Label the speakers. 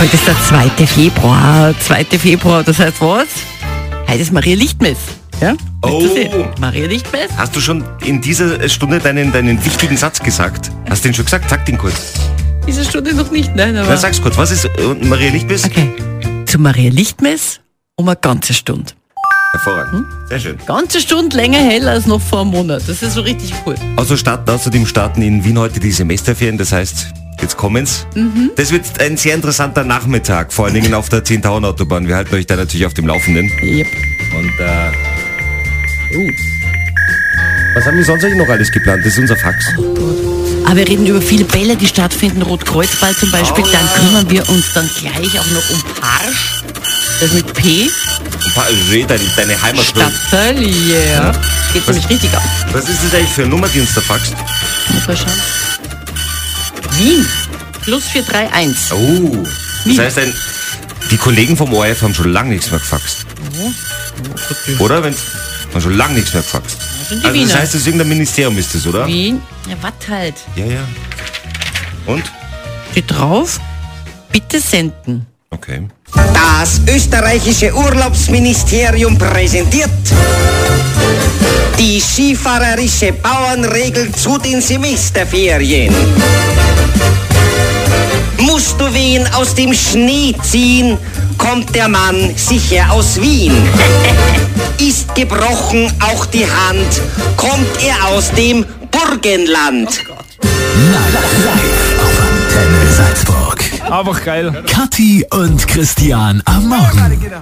Speaker 1: Heute ist der 2. Februar. 2. Februar, das heißt was? Heute ist Maria Lichtmess. Ja?
Speaker 2: Oh.
Speaker 1: Wisst ihr sie? Maria Lichtmess?
Speaker 2: Hast du schon in dieser Stunde deinen, deinen wichtigen Satz gesagt? Hast du den schon gesagt? Sag den kurz.
Speaker 1: Diese Stunde noch nicht, nein, aber.
Speaker 2: Na, sag's kurz. Was ist äh, Maria Lichtbiss?
Speaker 1: Okay. Zu Maria Lichtmess um eine ganze Stunde.
Speaker 2: Hervorragend. Sehr schön.
Speaker 1: Ganze Stunde länger hell als noch vor einem Monat. Das ist so richtig cool.
Speaker 2: Also starten, außerdem starten in Wien heute die Semesterferien. Das heißt, jetzt kommen's. Das wird ein sehr interessanter Nachmittag, vor allen Dingen auf der 10-Tauen-Autobahn. Wir halten euch da natürlich auf dem Laufenden.
Speaker 1: Yep.
Speaker 2: Und äh, was haben wir sonst eigentlich noch alles geplant? Das ist unser Fax.
Speaker 1: Aber wir reden über viele Bälle, die stattfinden, Rotkreuzball zum Beispiel. Dann kümmern wir uns dann gleich auch noch um Parsch. Das mit P.
Speaker 2: Ein paar- Reh, Deine, deine Heimat.
Speaker 1: Stadtteil, yeah. Geht nämlich richtig ab.
Speaker 2: Was ist das eigentlich für eine Nummer, die uns da faxt?
Speaker 1: Muss mal schauen. Wien. Plus 431.
Speaker 2: Oh. Das
Speaker 1: Wie?
Speaker 2: heißt, ein, die Kollegen vom ORF haben schon lange nichts mehr gefaxt. Oder? Wenn haben schon lange nichts mehr gefaxt.
Speaker 1: sind die
Speaker 2: Also das
Speaker 1: Wiener.
Speaker 2: heißt, es ist irgendein Ministerium ist das, oder?
Speaker 1: Wien. Ja, was halt.
Speaker 2: Ja, ja. Und?
Speaker 1: Steht drauf. Bitte senden.
Speaker 2: Okay.
Speaker 3: Das österreichische Urlaubsministerium präsentiert die skifahrerische Bauernregel zu den Semesterferien. Musst du wen aus dem Schnee ziehen, kommt der Mann sicher aus Wien. Ist gebrochen auch die Hand, kommt er aus dem Burgenland.
Speaker 4: Live auf Antenne Salzburg.
Speaker 5: Einfach geil.
Speaker 4: Kathi und Christian am Morgen.